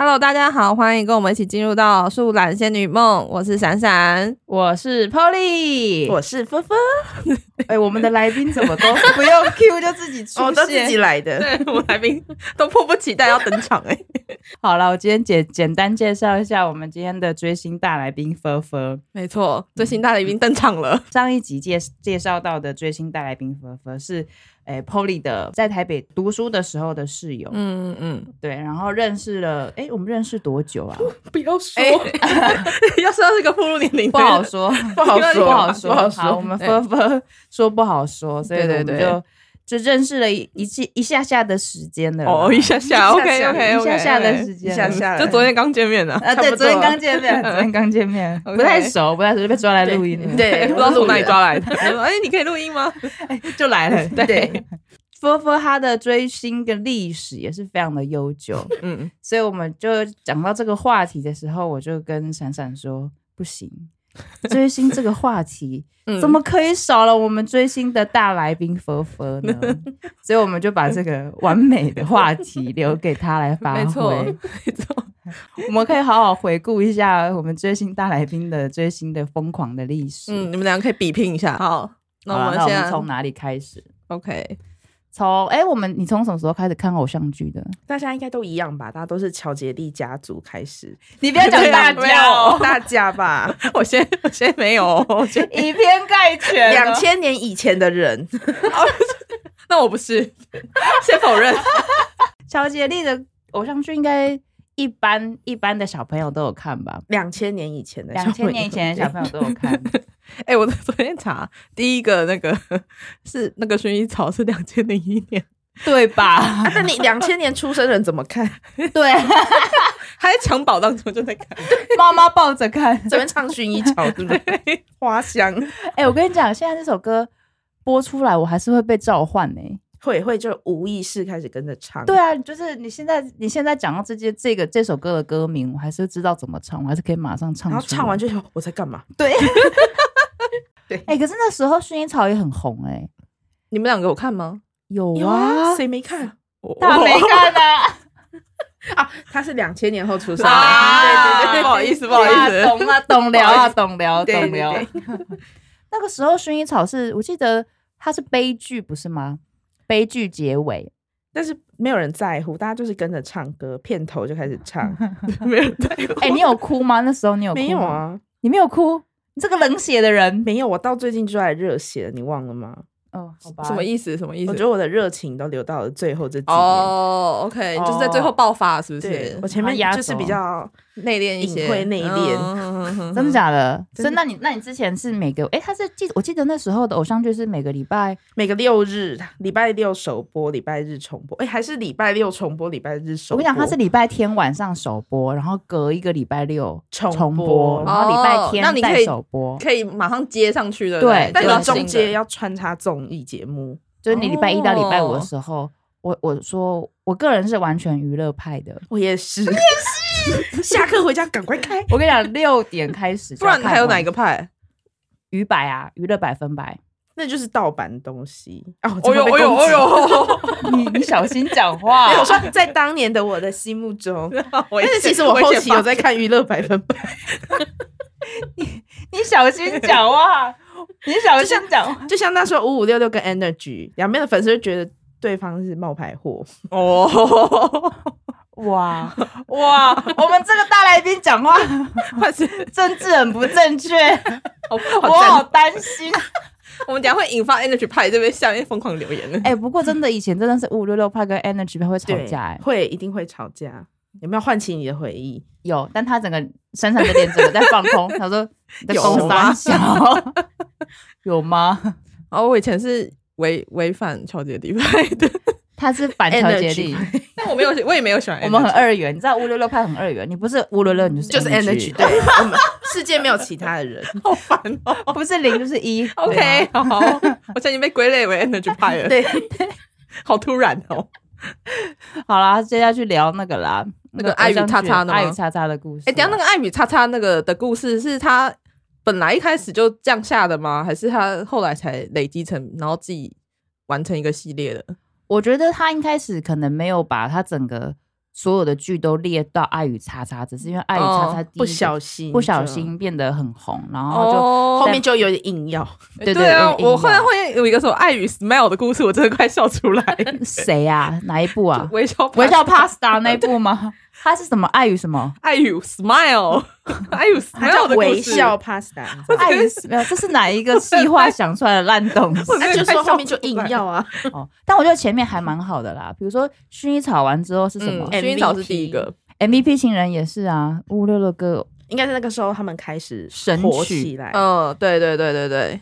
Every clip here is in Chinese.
Hello，大家好，欢迎跟我们一起进入到《树懒仙女梦》，我是闪闪。我是 Polly，我是 芬芬。哎、我们的来宾怎么 都是不用 Q 就自己出现？哦都自己来的。对，我来宾都迫不及待要登场哎、好了，我今天简简单介绍一下我们今天的追星大来宾菲菲。 没错，最新大的已经登场了。上一集介介绍到的追星大来宾菲菲是，诶、p o l l y 的在台北读书的时候的室友，嗯嗯，对，然后认识了，哎诶、我们认识多久 啊？不要说哎、 要说到这个步入年龄，不好 说，不好说不好说，不好说我们菲对菲说不好说，所以对对我们对就就认识了一一季一下下的时间了啦，哦，一下下一下，OK 下 OK 一 OK，下下的时间一了，下下来就昨天刚见面 的、啊，对，昨天刚见面， 昨天刚见面， OK 不太熟，不太熟就被抓来录音了，对 不知道从哪里抓来的。哎、你可以录音吗？就来了。 对，佛佛他的追星的历史也是非常的悠久，嗯，所以我们就讲到这个话题的时候，我就跟闪闪说，不 行。追星这个话题，嗯怎么可以少了我们追星的大来宾佛佛 呢？所以我们就把这个完美的话题留给他来发没错挥。没错， 我们可以好好回顾一下我们追星大来宾的追星的疯狂的历史。嗯，你们两个可以比拼一下。好，那好啦啊我们那我现们在从哪里开始？ OK，从哎、我们你从什么时候开始看偶像剧的？大家应该都一样吧？大家都是乔杰利家族开始，啊你不要 讲大没有家哦，大家吧， 我先我先没有哦，我先以偏概 全。哦两，千年以前的 人，哦那我不是， 先否认。乔杰利的偶像剧应该一般一般的小朋友都有看吧？两千年以前的小两朋千友年以前的小朋友都有看，哎、我昨天查第一个那个 是那个薰衣草是两千零一年， 对吧？ 啊，那你两千年出生人怎么看？对，啊还在襁褓当中就在看。妈妈抱着看。这边唱薰衣草，对不 对？花香哎、我跟你讲，现在这首歌播出来，我还是会被召唤呢、会会就无意识开始跟着唱，对啊，就是你现在你现在讲到这些这个这首歌的歌名，我还是知道怎么唱，我还是可以马上唱然出来。后唱完就想我在干嘛？对，对哎、可是那时候薰衣草也很红哎、你们两个有看吗？有有啊，谁没看他没看 啊，啊？他是两千年后出生的，啊对对对，不好意思不好意思啊懂啊，懂聊啊，懂聊，对懂聊对。 那个时候薰衣草是我记得它是悲剧不是吗？悲剧结尾，但是没有人在乎，大家就是跟着唱歌，片头就开始唱。没有人在乎。哎、你有哭吗？那时候你有哭吗没有？啊， 你没有哭，你这个冷血的人。没有，我到最近就来热血了，你忘了吗？哦，好吧，什么意思？什么意我觉思？得我的热情都留到了最后这几年。哦，OK，你就是在最后爆发，是不对是我？前面就是比较内敛一嗯些，隐晦内敛敛真的假的？真的所以那你那你之前是每个哎、他是记我记得那时候的偶像剧是每个礼拜每个六日，礼拜六首播，礼拜日重播，哎，还是礼拜六重播，礼拜日首我播。跟你讲，它是礼拜天晚上首播，然后隔一个礼拜六重播重播，然后礼拜哦那你天可再以首播，可以马上接上去的。对但接到你对中新间的要穿插综艺节目，就是你礼拜一到礼拜五哦的时候，我我说我个人是完全娱乐派的。我也是，我也是，下课回家赶快开。我跟你讲，六点开始，不然还有哪一个派？娱百啊，娱乐百分百，那就是盗版东西哦！哦呦哦呦哦呦！呦！你你小心讲话没有我说，在当年的我的心目中，但但是其实 我后期有在看《娱乐百分百》， 你小心讲话，你小心 讲话。就像那时候五五六六跟 Energy 两边的粉丝就觉得对方是冒牌货， 哦，哇哇，我们这个大来宾讲话快是政治很不正确，好我 赞好担心。我们等一下会引发 Energy 派这边下面疯狂留言的。 哎、不过真的以前真的是五五六六派跟 Energy 派会吵对架、哎，会一定会吵架。有没有唤起你的回忆？有，但他整个闪闪的脸整个在放 空，他说你在有公吗三小， 有吗？然哦后我以前是违违反乔杰迪派的，他是反调节力 Energy， 但我没有，我也没有喜欢 Energy。我们很二元，你知道五六六派很二元，你不是五六六，你就就是是 Energy，对，我们世界没有其他的人。好烦哦。 啊不是零就是 一对 OK，吗好，我现在已经被归类为 Energy 派 了。，对，好突然哦。好啦，接下去聊那个啦，那个爱与叉叉的吗爱与叉叉的故事。哎，等一下那个个艾米叉叉那个的故事是他本来一开始就这样下的吗？还是他后来才累积成，然后自己完成一个系列的？我觉得他一开始可能没有把他整个所有的剧都列到《爱与叉叉》，只是因为《爱与哦叉叉》第一个不小心不小就心变得很红，然后就、哦后面就有点硬要，对对啊，有阴影我后来会有一个什么爱与 smell 的故事，我真的快笑出来。 谁呀、啊？哪一部啊？微笑微笑 Pasta 那一部吗？它是什么？爱与什么？爱与 smile，爱与它叫 smile 的故事微笑，pasta，你知道吗爱与没有，这是哪一个计划想出来的烂东西？我啊就说后面就硬要啊，哦，但我觉得前面还蛮好的啦，比如说薰衣草完之后是什嗯么、，薰衣草是第一个， MVP 情人也是啊，五五六六歌应该是那个时候他们开始神火曲起来，嗯，对对对对对。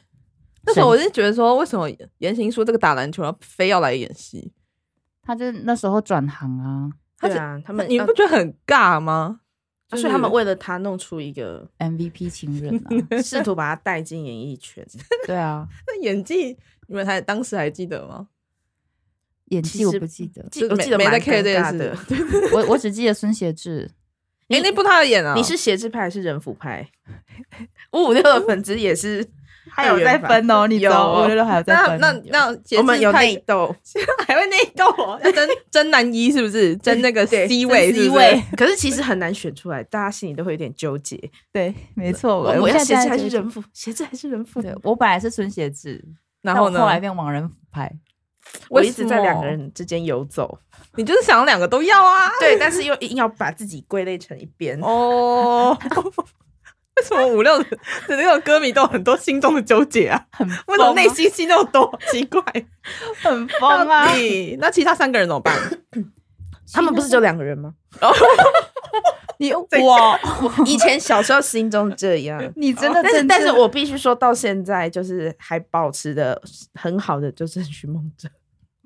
那时神候我就觉得说，为什么言情书这个打篮球，然后非要来演戏？他就是那时候转行啊他对啊，他他们你呃不觉得很尬吗？啊就是所以他们为了他弄出一 个， ，MVP 情人啊，试图把他带进演艺 圈。对啊，那 演技，你们还当时还记得吗？演其技我实不记得，记就我没记得没蛮在 care 这件尴尬事的。我我只记得孙协志，哎，那部他有演啊，你是写字派还是人腐派？五五六的粉丝也是，还有在分哦，你知道有五五六六还有在那分，那那节我们有制派内斗， 还会内斗哦，要争争男一是不是？争那个 C 位是不 C 是位，可是其实很难选出来，大家心里都会有点纠结。对，没错，我我我要现写在字还是就是人腐？写字还是人腐？对我本来是孙协志，然但后我呢？后来变王人派，我为一直什在两么个，人之间游走，你就是想两个都要啊？ 对，但是又硬要把自己归类成一边。哦， 为什么五六的的那种歌迷都有很多心中的纠结啊？很为什么疯啊内心戏那么多？奇怪，很疯啊 到？底那其他三个人怎么办？他们不是就两个人 吗？ 你我。以前小时候心中这样 你真的哦但政是，治但是我必须说到现在，就是还保持的很好的，就是 徐梦哲。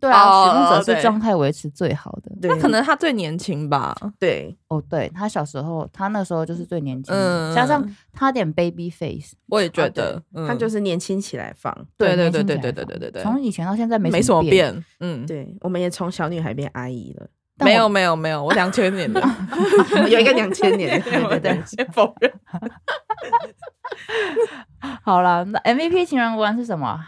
对啊，哦使用者对是状态维持最好的。对，那可能他最年轻吧。对，哦，对他小时候，他那时候就是最年轻的，嗯加上他有点 baby face，我也觉啊得，嗯他就是年轻起来放。嗯对对对年轻对起来对对对对对，从以前到现在没没什么么，变，嗯，对，我们也从小女孩变阿姨了，但我没有没有没有，我两千年的，有一个两千 年对对的， 对，先否认。好了，那 MVP 情人湾是什么？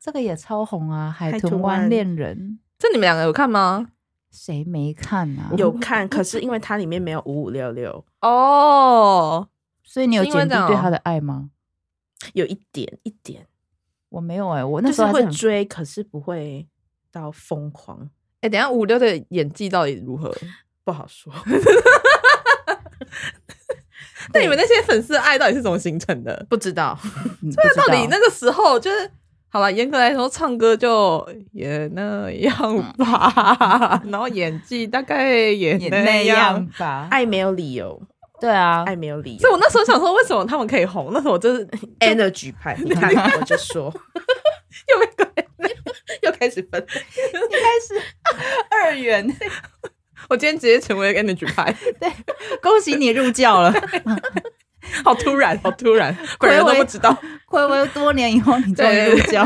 这个也超红啊，《海海豚豚湾湾恋人这你们两个有看吗？》，谁没看啊？有，看，可是因为它里面没有五五六六，哦，所以你有是因为减低这样对哦他的爱吗？有一点一点，我没有哎，我那就时是候还会是很追，可是不会到疯狂，哎、等一下五六的演技到底如何？不好说。 那你们那些粉丝的爱到底是怎么形成的？不知道，嗯不对啊，知到道底那个时候就是好了，严格来说，唱歌就也那样吧，然后演技大概也也那那样样。吧？爱没有理由，对啊，爱没有理由。所以我那时候想说，为什么他们可以红？那时候我就是 energy 派，你看我就说， 又被鬼，又开始分。二元，我今天直接成为 energy 派， 恭喜你入教了。好突然，好突然，本人都不知道。回味多年以后，你终于入教。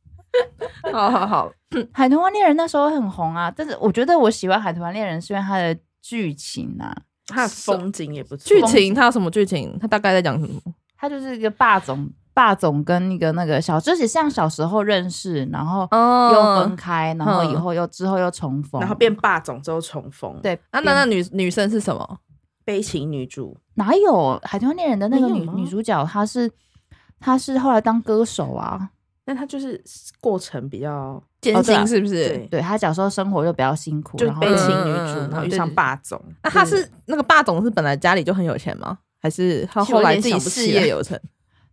好好好，海豚湾恋人那时候很红啊，但是我觉得我喜欢海豚湾恋人是因为它的剧情啊，它的风景也不错，剧情它有什么剧情？它大概在讲什么？它就是一个霸总，霸总跟一个那个小，就是像小时候认识，然后又分哦，开，然后嗯以后又之后又重逢，然后变霸总之后重逢，，对啊，那那女女生是什么？悲情女主，哪有海豚湾恋人的那个没有啊女吗女主角，她是她是后来当歌手啊，但她就是过程比较艰对啊辛是不是？对，对她小时候生活就比较辛苦，就是然后悲情女嗯嗯嗯主，嗯然后遇对上霸总，那他是那个霸总是本来家里就很有钱吗？还是他后来自己事业有 成？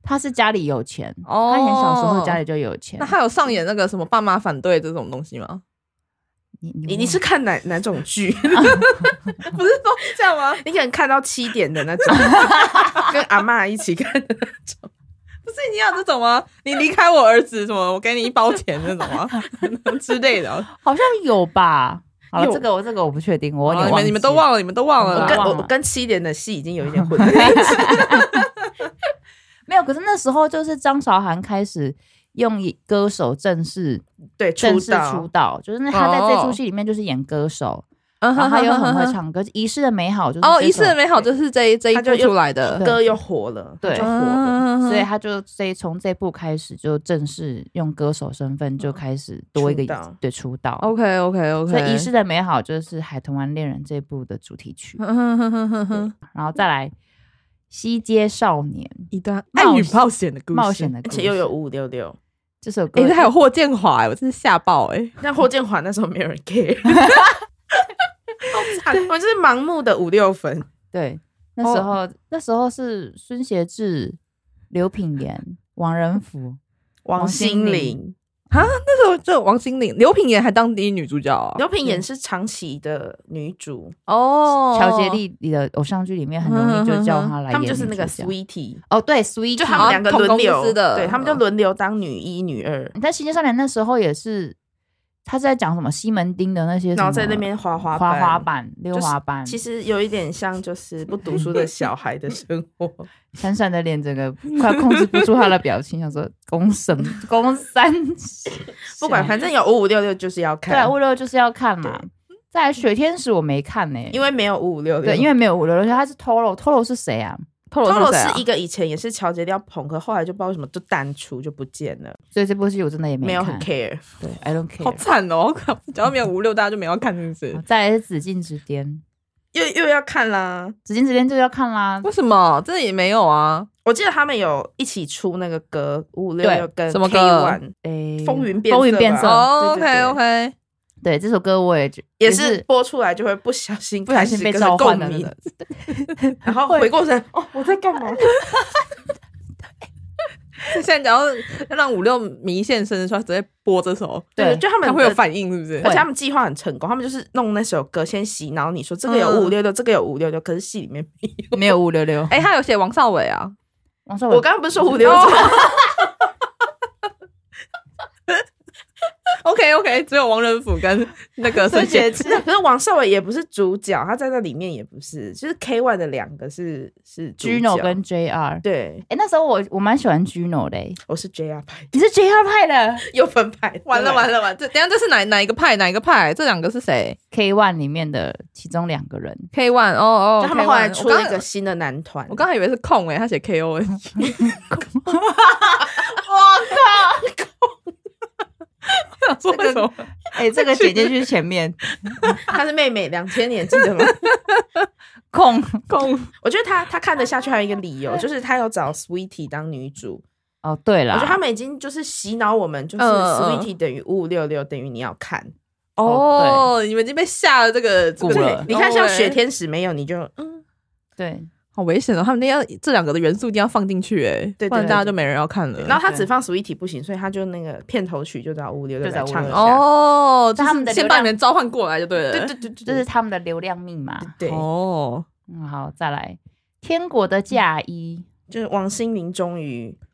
她是家里有钱，哦她以前小时候家里就有钱那。他有上演那个什么爸妈反对这种东西吗？你你你是看哪哪种剧？ 不是都这样吗？你可能看到七点的那种，跟阿嬷一起看的不是 你要这种吗？你离开我儿子什么？我给你一包钱那种 吗？之类的。哦好像有吧？好了，有哦这个我这个我不确定，我有好点你忘记们哦你们都忘了，你们都忘了我我跟啦。忘我了我跟七点的戏已经有一点混在一起，没有？可是那时候就是张韶涵开始用以歌手正式对，正出式道出道，就是那她在这出哦戏里面就是演歌手，然然后他又很 会。唱歌，《仪式的美好》就是哦，这仪式首的美好就是这一这一他部就出来的，嗯歌又火了，对就火了。所以他就这从这部开始就正式用歌手身份就开始多一个嗯出道对出道。 OK OK OK，所以《 仪式的美好》就是《海豚湾恋人》这部的主题曲，啊然后再来《西街少年一段爱爱与与冒险的》故事，冒险的而故事，且又有五五六六，这首歌哎，，还有霍建华，我真是吓爆哎！但霍建华那时候没有人 care，好惨我就是盲目的五六分，对，那哦时候、那时候是孙协志、刘品言、王仁甫，王心心凌凌，那时候就王心凌、刘品言还当第一女主角哦啊，刘品言是长崎的女主，哦，乔杰利里的偶像剧里面很容易嗯就叫他来演他们就是那个女主角 Sweetie，哦，对，Sweet，就他们两个轮同公流司的对他们嗯就轮流当女一、女二，但《西街少年》那时候也是，他是在讲什么西门町的那些什么，然后在那边滑滑滑板滑。板、溜滑板，其实有一点像，就是不读书的小孩的生 活。闪闪的脸，整个快控制不住他的表情，想说公 什么公三小，不管，反正有五五六六就是要对啊看，五六就是要看嘛。再来雪天使我没看呢、因为没有五五六六。对，因为没有五六六，而且他是 Toro，Toro 是谁啊？透露 Toro 谁啊是一个以前也是乔杰掉捧，可后来就不知道为什么就淡出就不见了，所以这部戏我真的也没有很看。 care。对，I don't 好 care。惨哦！ 只要没有五六，大家就没有看，是不是好？再来是《紫禁之巅》，《又又要看啦，紫禁之巅》就是要看啦。为什么这也没有啊？我记得他们有一起出那个歌五五六六对跟什么 K 歌 One 诶、风云变色吧风云变色。哦对对对 OK OK，嗯对，这首歌我也觉也是播出来就会不小心不小心被开始跟召着唤共的那鸣个，。 然后回过神哦我在干 嘛？现在只要让五六迷现身的时候，直接播这首，对就他们他会有的反应，是不是而？且他们计划很成功，他们就是弄那首歌先洗脑你说这个有嗯五五六六，这个有五六六，可是戏里面没有。没有五六六。哎，他有写王少伟啊，王少伟，我刚刚不是说五五六六？ OK OK，只有 王仁甫跟那 个孙孙杰杰志志。 可是王少伟也不是主角，他在那里面也不是，就是 K One 的两个是是主角 Gino 跟 JR。对，哎、那时候我我蛮喜欢 Gino 的、欸，我是 JR 派， 你是 JR 派的又分派， 完了完了完了，这等一下这是哪哪一个派？哪一个派？这两个是谁 K One 里面的其中两个人， ？K One 哦哦，就他们后来 K1 出我了刚一个新的男团，我刚还以为是控诶，他写 K O 欸 N，我靠，控！我想说为什么？哎、这个姐姐去 前面她是妹妹，两千年记得吗？控控我觉得她她看得下去还有一个理由，就是她有找 Sweetie 当女主，哦，对我啦，觉得他们已经就是洗脑我们，就是嗯嗯嗯 Sweetie 等于五五六六等于你要看，哦，你们已经被下了这个这鼓个了理你看像哦雪欸天使没有你就嗯对，好危险哦！他们那要这两个的元素一定要放进去诶，对对不然大家就没人要看了。然后他只放 Sweetie 不行，所以他就那个片头曲就找五五六六就找来唱一556下，哦，啊但他们的就是先流量把你们召唤过来就对了。对对对对，这是他们的流量密码。对，哦，嗯，好，再来《天国的嫁衣就是王心凌终于》嗯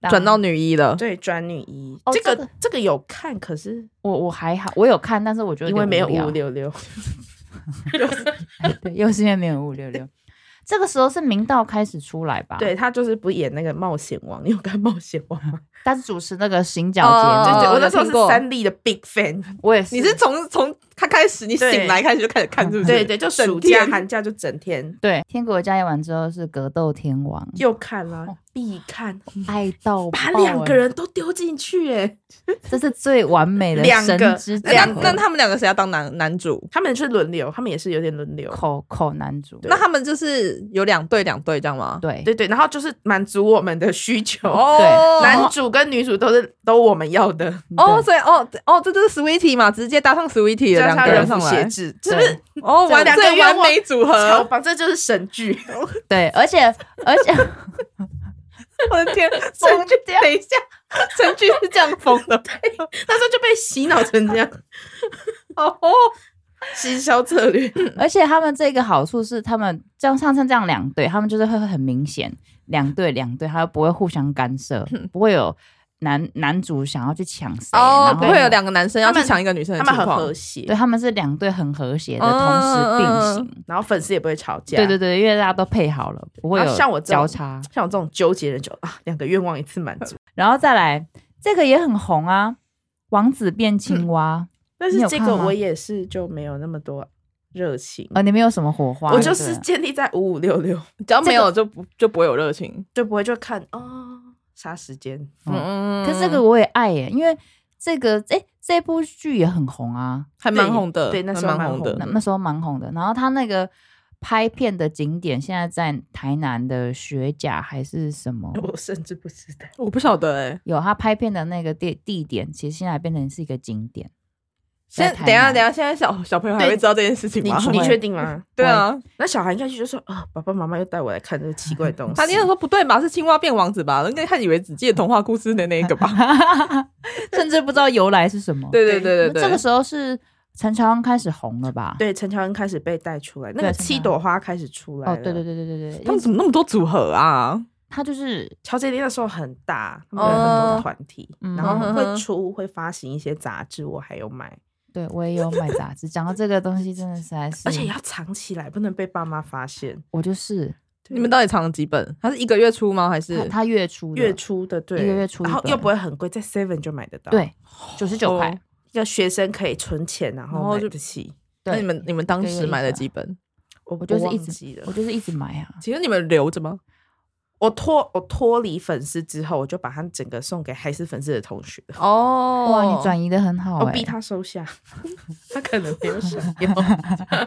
当转到女一了。对转女一哦，这这个个这个有看，可是我我还好，我有看，但是我觉得因为没有五五五，六六，对，又是因为没有五六六。这个时候是明道开始出来吧？对，他就是不演那个冒险王，你有看冒险王吗？他是主持那个行脚哦节对目，对，有我那时候是听过三立的 big fan， 我也是，你是从从他开始，你对醒来开始就开始看，是不是？对对，就整暑假天寒假就整天对《天国的嫁衣》完之后是格斗天王，又看啦，哦必看，爱到把爆两欸个人都丢进去，哎，这是最完美的两个神之哎那交那那他们两个谁要当男男主？他们是轮流，他们也是有点轮流，哦口口男主，那他们就是有两对两对这样吗？对对对，然后就是满足我们的需求，哦，男主跟女主都是都我们要的，哦，所以哦哦，这就是 Sweetie 嘛，直接搭上 Sweetie 的加两上个人人上物写来，字，是不对是哦，完啊两个最完愿望美组超合，棒？这就是神 剧，对，而且而且我的天，陈俊，等一下，陈俊是这样疯的，那时候就被洗脑成这样，哦，行销策略。而且他们这个好处是，他们这样像像这样两队，他们就是会很明显两队两队，他不会互相干涉，嗯不会有男男主想要去抢谁， 哦然，后不会有两个男生要他去们抢一个女生的他嗯情们很况和，谐，对他们是两队很和谐的嗯同时并行，然后粉丝也不会吵架。对对对，因为大家都配好了，不会啊有像我这交种叉，像我这种纠结的人就啊，两个愿望一次满足。然后再来这个也很红啊，王子变青蛙。但你是有这看个吗我也是就没有那么多热情。哦，你们有什么火花？我就是对了建立在五五六六，只要没有就不就不会有热情。就不会就看哦，杀时间。嗯嗯，可是这个我也爱耶，因为这个哎、这部剧也很红啊，还蛮红的，对对那时候蛮还蛮红红那的。那时候蛮红的。然后他那个拍片的景点现在在台南的学甲还是什么？我甚至不知道，我不晓得哎，有他拍片的那个地地点，其实现在变成是一个景点。现在台等一下南等一下，现在小小朋友还会对知道这件事情你吗？你会确定吗？ 对啊，那小孩应该就说啊，爸爸妈妈又带我来看这个奇怪的 东西。他那时候说不对吧？是青蛙变王子吧？人家他以为只记得童话故事的那一 个吧？ 甚至不知道由来是什么。对对对对对，这个时候是陈乔恩开始红了吧？对陈乔恩开始被带出来，那对个陈乔七朵花开始出来哦，了对对对对对对，他因们为怎么那么多组合啊？他就是乔杰林那时候很大，他们有很多团体，哦嗯然后嗯会出会发行一些杂志，我还有买，对我也有买杂志。讲到这个东西，真的实在是，而且要藏起来，不能被爸妈发现。我就是对你们到底藏了几本？他是一个月出吗？还他是他月初的月初的对，一个月出一然后本又不会很贵，在 Seven 就买得到。，对九十九块哦，一个学生可以存钱，然然后后买就得起。对那你们你们当时买了几本？我我就是一忘记直了我，就是一直买啊。其实你们留着吗？我脱我脱离粉丝之后，我就把它整个送给还是粉丝的同学，哦哇，你转移的很好我哎、逼哦他收 下，他可能没有想要。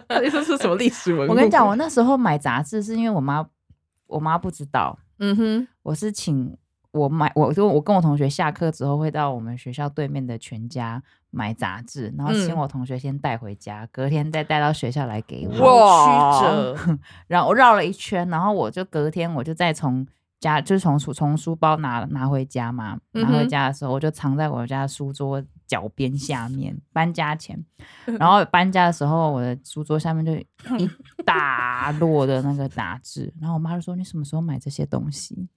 这是是什么历史文物？我跟你讲，我，那时候买杂志是因为我妈，我妈不知道，嗯哼，我是请我买，我就我跟我同学下课之后会到我们学校对面的全家买杂志，然后请嗯我同学先带回家，隔天再带到学校来给我。哇好曲折，然后我绕了一圈，然后我就隔天我就再从家就是从书从书包拿拿回家嘛，嗯拿哼回家的时候我就藏在我家的书桌脚边下 面，搬家前，然后搬家的时候我的书桌下面 就一大摞的那个杂志，然后我妈就说你什么时候买这些东西？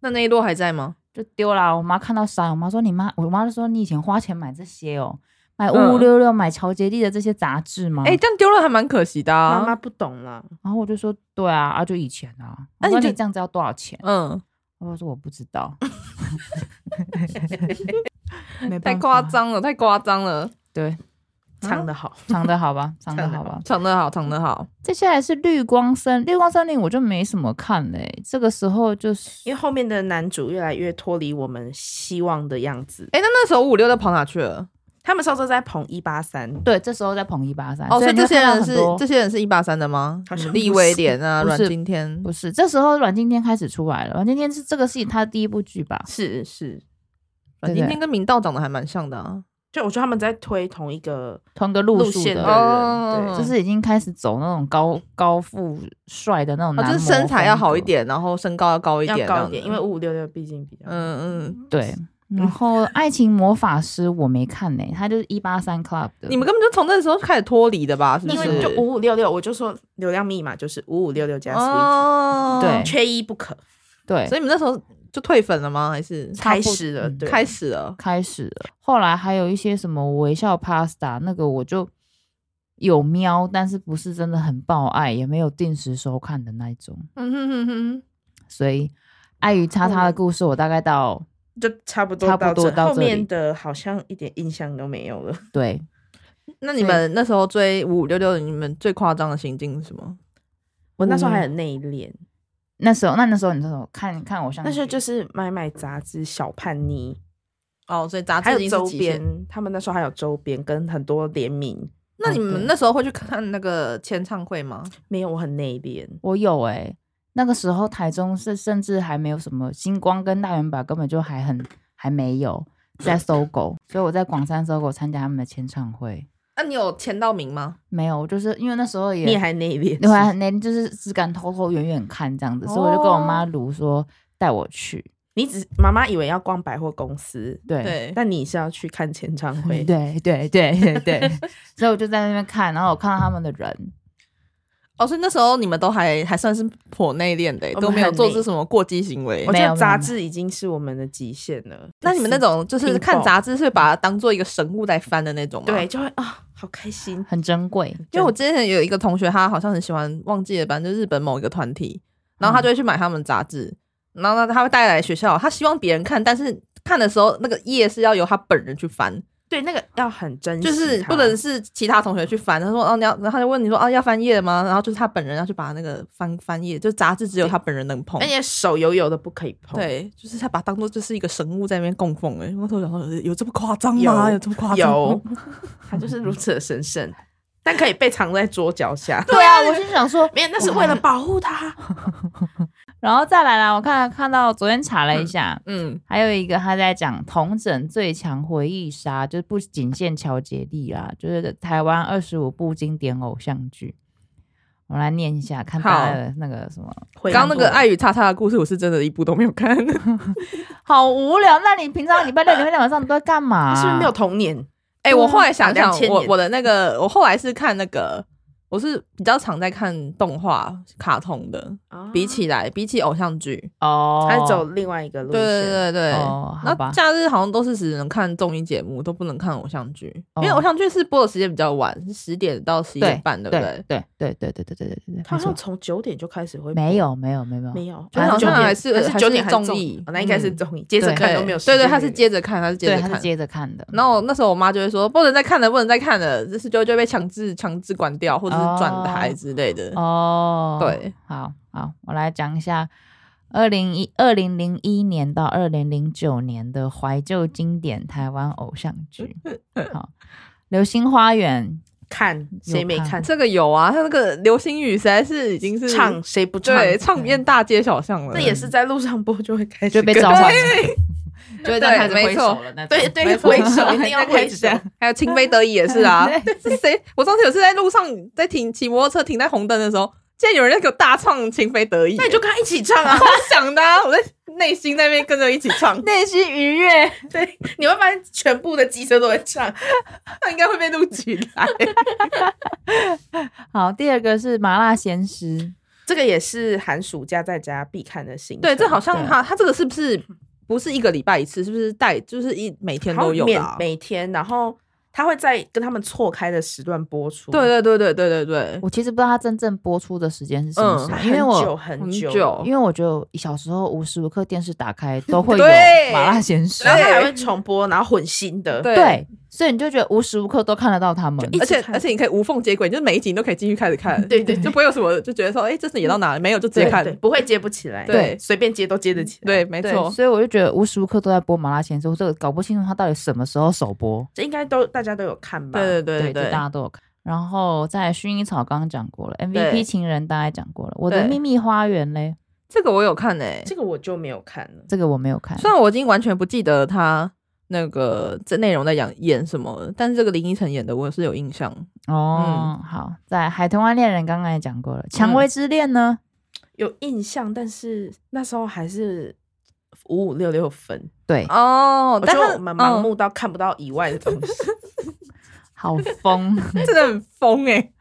那那一摞还在吗？就丢啦。我妈看到傻眼，我妈说你妈，我妈就说你以前花钱买这些哦，买五嗯五六六，买乔杰利的这些杂志吗？哎、这样丢了还蛮可惜的、啊。妈妈不懂了，然后我就说对啊，啊就以前啊，我那你说你就这样子要多少钱？嗯，我说我不知道，没太办夸法，张了，太夸张了，对，啊藏的好。藏的好吧，藏的藏得好吧。藏得好，藏得好。接下来是绿光森，绿光森林我就没什么看嘞、这个时候就是因为后面的男主越来越脱离我们希望的样子，哎、那那时候五六六跑哪去了？他们上周在捧一八三，对，这时候在捧一八三，哦，所以你会这些看到人很是多这些人是一八三的吗？好像什么不立是威廉啊，不阮是经天，不是？这时候阮经天开始出来了，阮经天是这个是他的第一部剧吧？是是，阮对经对天跟明道长得还蛮像的啊。就我觉得他们在推同一个同个路数线的的，哦人，就对，是已经开始走那种高高富帅的那种啊，男模就风是格，身材要好一点，然后身高要高一要点，高一点，这样子因为五五六六毕竟比较，嗯，嗯嗯，对。然后《爱情魔法师》我没看呢、他就是一八三 Club 的。你们根本就从那时候就开始脱离的吧？是不因是？为就五五六六，我就说流量密码就是五五六六加 sweet，哦，对缺一不可，对，所以你们那时候就退粉了吗？还是开始了，嗯对，开始了？开始了。后来还有一些什么微笑 Pasta，那个我就有瞄，但是不是真的很爆爱，也没有定时收看的那一种。嗯哼哼哼，所以碍哦于叉叉的故事，我大概到就差不多差不多这到后这里面的好像一点印象都没有了。对那你们那时候追五五六六，你们最夸张的行径是什么？我那时候还很内敛，那时候，那那时候你那时候看看偶像剧，那时候就是买买杂志、小叛逆，哦，所以杂还志已有经周是极限。边，他们那时候还有周边跟很多联名。那你哦对们那时候会去看那个签唱会吗？没有，我很内敛，我有哎、那个时候台中是甚至还没有什么星光跟大圆柏，根本就还很还没有在搜狗，所以我在广山搜狗参加他们的签唱会。那啊你有签到名吗？没有，我就是因为那时候也你也还内敛，另外那啊就是只敢偷偷远远看这样子，所以我就跟我妈卢说带我去。你只妈妈以为要逛百货公司，对但你是要去看签唱会。嗯对对对对对对， 所以我就在那边看，然后我看到他们的人，哦，所以那时候你们都还还算是颇哦内敛的，我们都没有很做内出什么过激行为我。觉没有得没有杂没有志已经是我们的极限了。那你们那种就是拼看凑杂志是把它当做一个神物来翻的那种吗？对，就会啊、好开心。很珍贵。因为我之前有一个同学，他好像很喜欢，忘记了，反正就是日本某一个团体，然嗯后他就会去买他们杂志，然后呢，他会带来学校，他希望别人看，但是看的时候那个页是要由他本人去翻，对，那个要很珍惜就它，是不能是其他同学去翻，他说哦你要，然后他就问你说哦要翻页吗？然后就是他本人要去把那个翻翻页，就杂志只有他本人能碰而。且手油油的不可以碰。，对，就是他把它当做就是一个神物在那边供奉哎、欸，我那时候想说有这么夸张吗？有有这么夸张？ 有，它就是如此的神圣，但可以被藏在桌脚 下。对啊，我是想说，没有，那是为了保护它。然后再来啦，我看看到昨天查了一下，嗯，还有一个他在讲同整最强回忆杀，就是不仅限乔杰利啦，就是台湾二十五部经典偶像剧。我来念一下，看大家的那个什么，会啊刚那个做爱与叉叉的故事，我是真的一部都没有看。好无聊。那你平常礼拜六、礼拜天晚上你都在干嘛、是不是没有童年？哎、我后来想想两千，年我我的那个，我后来是看那个，我是比较常在看动画、卡通的，比起来比起偶像剧，哦，它是啊走另外一个路对线。对对对。哦，好吧那，假日好像都是只能看综艺节目，都不能看偶像剧，哦因为偶像剧是播的时间比较晚，是十点到十一点半，对不对对？对对对对对对对对对，它好没像错从九点就开始会播没有没有没有没有没有，反嗯正好像好像还是还还是九点还综是艺哦那应该是嗯综艺，接着看都没有时对间对，的原因。他是接着看，他是接对，着他是看。接着看的。然后那时候我妈就会说，不能再看了，不能再看了，就是就就会被强制强制关掉，或者是转台之类的。哦，对，好好，我来讲一下二零一二零零一年到二零零九年的怀旧经典台湾偶像剧。好，《流星花园看有谁没看看，这个有啊，他那个流星雨实在是已经是唱谁不唱？对唱遍大街小巷了，这也是在路上播就会开》始就被跟召唤了，就会对这样开始没挥错手了那种。，对对没错挥手一定要挥手。还有情非得已也是啊，是谁？我上次有次在路上在停骑摩托车停在红灯的时候，竟然有人在给我大唱情非得已，那你就跟他一起唱 啊！超想的、啊，我在内心在那边跟着一起唱内心愉悦，对，你会发现全部的机车都在唱。那应该会被录取来。好，第二个是麻辣鲜师，这个也是寒暑假在家必看的行程。对，这好像对他他这个是不是不是一个礼拜一次？是不是带就是一每天好都像有的、免啊？每天，然后他会在跟他们错开的时段播出。对对对对对对对，我其实不知道它真正播出的时间是什么时候，很因为久我嗯很很久，久因为我觉得小时候无时无刻电视打开都会有对麻辣鲜师，然后他还会重播，然后混新的。对对，所以你就觉得无时无刻都看得到他们。一直而且看而且你可以无缝接轨，就是每一集你都可以继续开始看，对对对就不会有什么就觉得说，哎、这是演到哪了？没有，就直接对看。对，不会接不起来，对随便接都接得起来。嗯对，没对，错。所以我就觉得无时无刻都在播麻辣鲜师，我这个搞不清楚他到底什么时候首播。这应该都大家都有看吧？对对就对对大家都有看。然后在薰衣草刚刚讲过了对，MVP 情人大概讲过了，我的对秘密花园嘞，这个我有看诶、这个我就没有看了。这个我没有看。虽然我已经完全不记得他那个这内容在演演什么了，但是这个林依晨演的我是有印象。哦，嗯好，在海豚湾恋人刚刚也讲过了，蔷薇之恋呢？有印象，但是那时候还是五五六六分，对，哦我觉但得他我们盲嗯目到看不到以外的东 西。好疯。真嗯的很疯欸诶、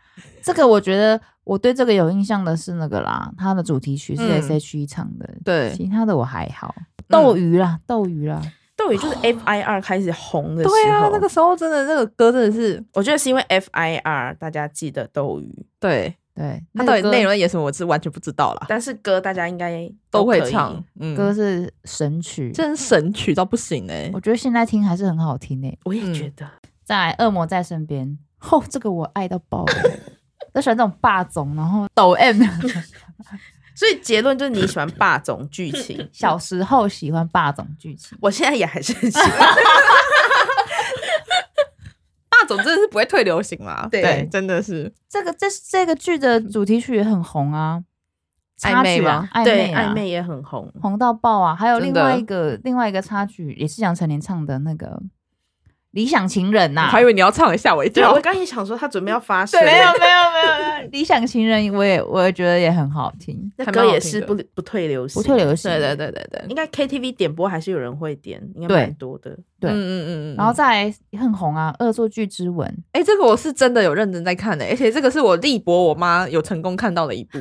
这个我觉得我对这个有印象的是那个啦，它的主题曲是嗯 S.H.E 唱的，对嗯其他的我还好。斗鱼啦，斗鱼啦，斗鱼就是 F I R 开始红的时候，哦对啊，那个时候真的那个歌真的是我觉得是因为 F I R 大家记得斗鱼，对，对，他那到个底内歌容在演什么，我是完全不知道啦，但是歌大家应该都会可以唱。，嗯，歌是神曲，真是神曲到不行欸诶、我觉得现在听还是很好听诶、我也觉嗯得，在《恶魔在身边》，哦，这个我爱到爆了我喜欢这种霸总，然后，抖 M 所以结论就是你喜欢霸总剧情 小时候喜欢霸总剧情，我现在也还是很喜欢。霸总真的是不会退流行啦，对真的是这个这这个剧的主题曲也很红啊，暧插昧曲啊吗暧对，昧暧啊，昧也很红，红到爆啊！还有另真的外一个另外一个插曲，也是杨丞琳唱的那个《理想情人》呐、我还以为你要唱吓我一对，跳 我，刚也想说他准备要发生对，，没有没有没有没有，《理想情人》我也我也觉得也很好听，那还蛮歌好也听是的不不退流行，不退流行。对对对对对，应该 KTV 点播还是有人会点，应该对蛮多的。对嗯嗯嗯嗯，然后再来也很红啊，《恶作剧之吻》哎、这个我是真的有认真在看的、而且这个是我力博我妈有成功看到的一部。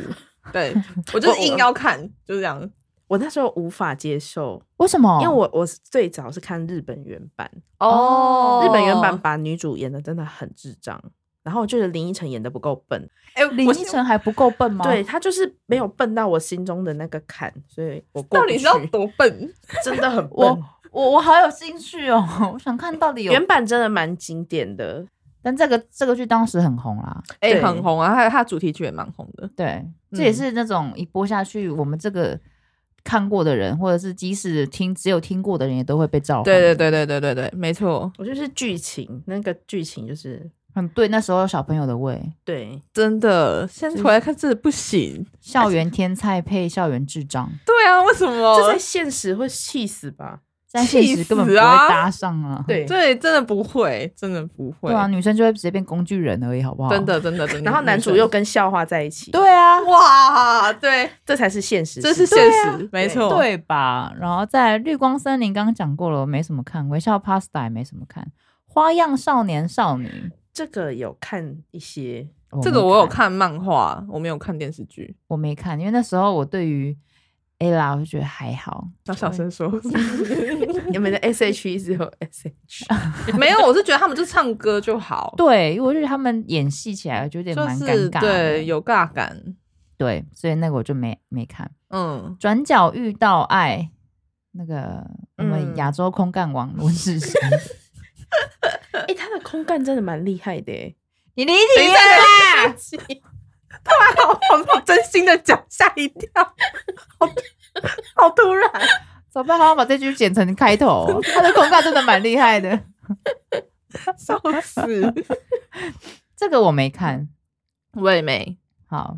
对我就是硬要看，就是这样。我那时候无法接受，为什么？因为我我是最早是看日本原版，哦日本原版，把女主演的真的很智障，然后我觉得林依晨演的不够笨，哎、林我依晨还不够笨吗？对，她就是没有笨到我心中的那个坎，所以我过到不底去是要多笨？真的很笨我。我我好有兴趣哦， 我想看到底有。原版真的蛮经典的，但这个这个剧当时很红啦，哎、对很红啊，它它主题曲也蛮红的。对，这也嗯是那种一播下去，我们这个看过的人，或者是即使听只有听过的人，也都会被召唤。对对，对对对对对，没错，我就是剧情，那个剧情就是很嗯对那时候小朋友的胃，对，真的，现在回来看真的不行。校园天才配校园智障，对啊，为什这么在？现实会气死吧？在现实根本不会气死啊搭上啊。对对，真的不会，真的不会，对啊，女生就会直接变工具人而已，好不好？真。的真的真的。 然后男主又跟校花在一起，对啊，哇，对，这才是现实世界，啊这是现实，没错，对吧？然后在《绿光森林》刚刚讲过了，我没什么看，《微笑 Pasta》也没什么看，《花样少年少女》这个有看一些，没这个我有，看漫画，我没有看电视剧。我没看，因为那时候我对于 Ella 我就觉得还好，那小声说，你们的 S H E 只有 S H，没有，我是觉得他们就唱歌就好，对，因为我就觉得他们演戏起来就有点就蛮尴是尬的，对有尬感。对，所以那个我就没没看。嗯，转角遇到爱，那个我们嗯亚洲空干王罗 志祥，哎、他的空干真的蛮厉害的、欸，你离题了啦，我真心的讲，吓一跳，好突然，怎么办？好像把这句剪成开头哦、 他的空干真的蛮厉害的。笑死。这个我没看。我也没，好，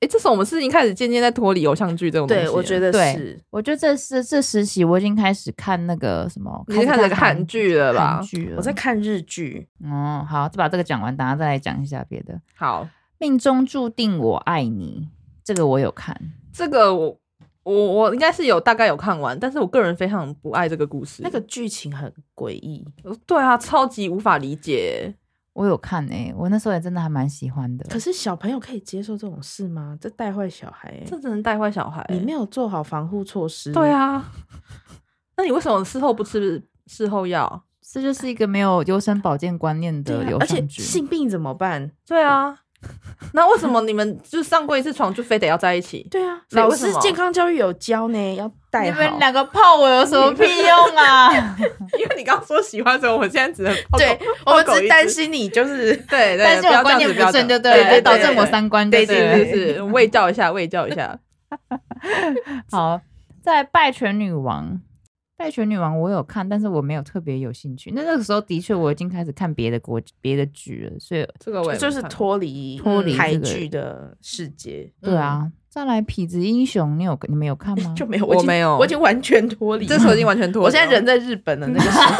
哎，这时候我们是已经开始渐渐在脱离偶像剧这种东西啊对，了。我觉得对是。我觉得这是这实习我已经开始看那个什么，已经开看始那看个韩剧了吧韩？剧啊了。我在看日剧，哦，好，再把这个讲完，等下再来讲一下别的。好，命中注定我爱你，这个我有看。这个我我我应该是有大概有看完，但是我个人非常不爱这个故事。那个剧情很诡异，对啊，超级无法理解。我有看诶、我那时候也真的还蛮喜欢的。可是小朋友可以接受这种事吗？这带坏小孩、欸这，只能带坏小孩、你没有做好防护措施。对，啊，那你为什么事后不吃事后药？这就是一个没有优生保健观念对的啊有而且上剧。性病怎么办？对啊，那为什么你们就上过一次床就非得要在一起？对啊，所以老为什师么健康教育有教呢，要带你好。们两个泡我有什么屁用啊？因为你刚刚说喜欢，所以我们现在只能抛对狗，我们狗一只只担心你就是对对，但是不我要这观样念子，不不要这正样就子对了，对，导致对我对三观就对对了。是是是，喂教一下，喂教一下。好，在《拜权女王》，《拜权女王》我有看，但是我没有特别有兴趣。那那个时候的确我已经开始看别的国别的剧了，所以这 个我也就是没看脱离脱离台这个剧的世界，？嗯对啊。再来，《痞子英雄》，你有你们有看吗就没有，我已经没有我已经完全脱离了。这时候已经完全脱离我了。现在人在日本了，那个时候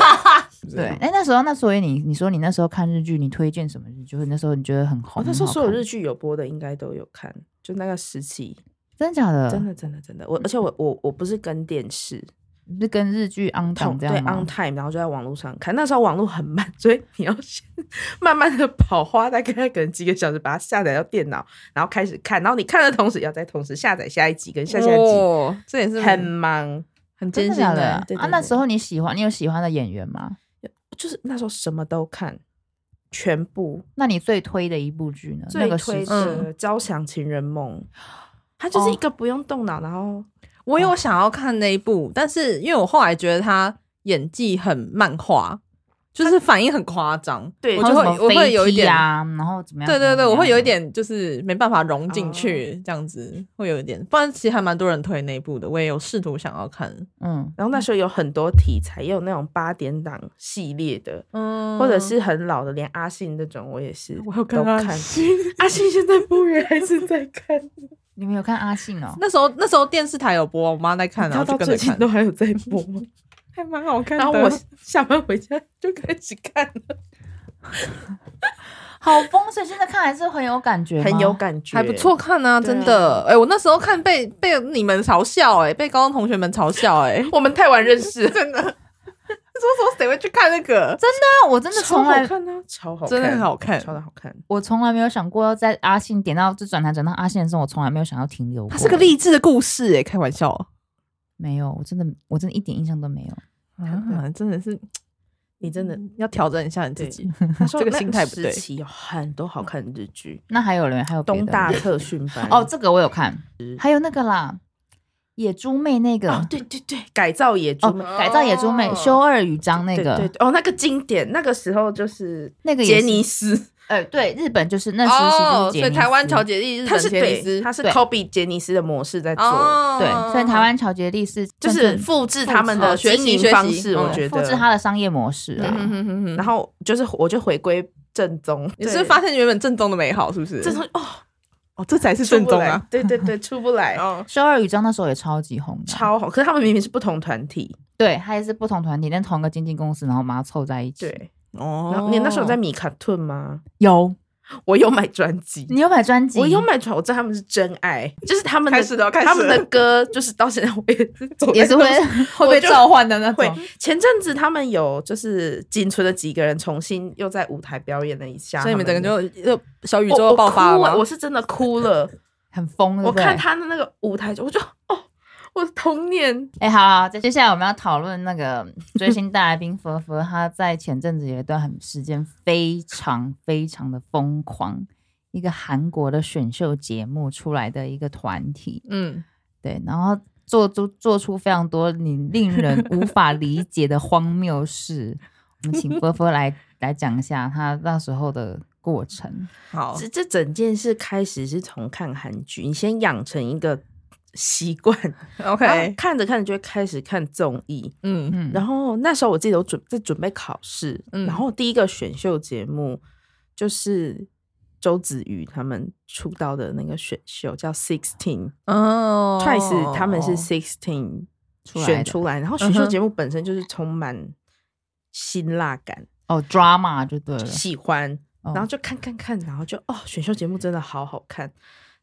对，哎、那时候那所以你你说你那时候看日剧，你推荐什么日剧？就是那时候你觉得很我红，哦那时候很好所有看日剧有播的应该都有看，就那个时期，真的假的？真的真的真的，我而且我我我不是跟电视你是跟日剧 on 同档这对样吗 on time，然后就在网络上看，那时候网络很慢，所以你要先慢慢的跑花大概可能几个小时，把它下载到电脑，然后开始看，然后你看的同时也要再同时下载下一集跟下下一集，哦，这也是很忙。很真艰的辛假的的。对对啊？那对时候你喜欢你有喜欢的演员吗？就是那时候什么都看，全部那你最推的一部剧呢？那最个推时期嗯的《交响情人梦》，它哦就是一个不用动脑，然后嗯我有想要看那一部，但是因为我后来觉得他演技很漫画，就是反应很夸张，对我然就后会什么我会飞有一踢点，啊，然后怎么样？对对怎么对，样我会有一。点就是没办法融进去，这样子会有一点。不然其实还蛮多人推那一部的，我也有试图想要看，嗯，然后那时候有很多题材，也有那种八点档系列的，嗯或者是很老的，连阿信那种我也是我有都看看。阿 阿信现在不远还是在看，你们有看阿信 哦？那时候那时候电视台有播，我妈在 看，然他后就到跟最着近看，都还有在播。 还蛮好看然后我 下班回家就开始看了，好风，所以现在看还是很有感觉，很有。感觉，还不。错看啊，对啊真的。哎、我那时候看被被你们嘲笑、哎，被高中同学们嘲笑、哎，我们太晚认 识，真的说什么谁会去看那个？那我真的超从好来，看啊，超好看，真的很好看超的好看。我从来没有想过要在阿信点到就转台转到阿信的时候，我从来没有想要停留过。它是个励志的故事、哎，开玩笑没有，我真的我真的一点印象都没有。啊，真的是你真的要调整一下你自己。这 这个心态不对时期有很多好看的日剧，那还有人还有东大别的吗特训班》嗯哦，这个我有看，还有那个啦，野猪妹那个哦，对对对，改造野猪哦妹，改造野猪妹，修二与章那对个，对对哦，那个经典，那个时候就是那个也杰是尼斯，呃，对，日本就是那时 哦，候其实就是杰所以尼台湾斯乔杰利、日 他本是杰尼对，斯，他是对 copy 杰尼斯的模式在做，哦，对，所以台湾乔杰利是就真是正复制他们哦的学经习营学习方式，我嗯觉得复制他的商业模式嗯，啊哼。哼哼哼然后就是我就回归正宗，你对是发现原本正宗的美好是不是？这种哦哦，这才是出正不宗来啊！，对对对，出不来， 哦，修二与章那时候也超级红的啊，超好。可是他们明明是不同团体，对，他也是不同团体，但同个经纪公司，然后把它凑在一起。，对。然哦后你那时候 有在米卡顿吗？有我有买专辑，你有买专辑？我有买专，我知道他们是真爱，就是他们的开始了开始了他们的歌就是到现在我也 是走在 也是 会路上会被召唤的那会种，。前阵子他们有就是仅存的几个人重新又在舞台表演了一下，所以你们整个他就就小宇的我宙爆发了我哭吗我？是真的哭了，很疯，对我不对看。他的那个舞台，我就哦，我的童年哎，好啊，接下来我们要讨论那个追星大来宾佛佛，他在前阵子有一段很时间非常非常的疯狂，一个韩国的选秀节目出来的一个团体，嗯，对，然后做出做出非常多你令人无法理解的荒谬事。我们请佛佛来来讲一下他那时候的过程。好这这整件事开始是从看韩剧，你先养成一个习惯，然后，OK，看着看着就会开始看综艺。嗯嗯，然后那时候我记得我准在准备考试，嗯然后第一个选秀节目就是周子瑜他们出道的那个选秀叫 Sixteen，哦 Twice 他们是 Sixteen 出来选的嗯出来，然后选秀节目本身就是充满辛辣感，哦，drama 就对了，喜欢，哦然后就看看看，然后就哦，选秀节目真的好好看，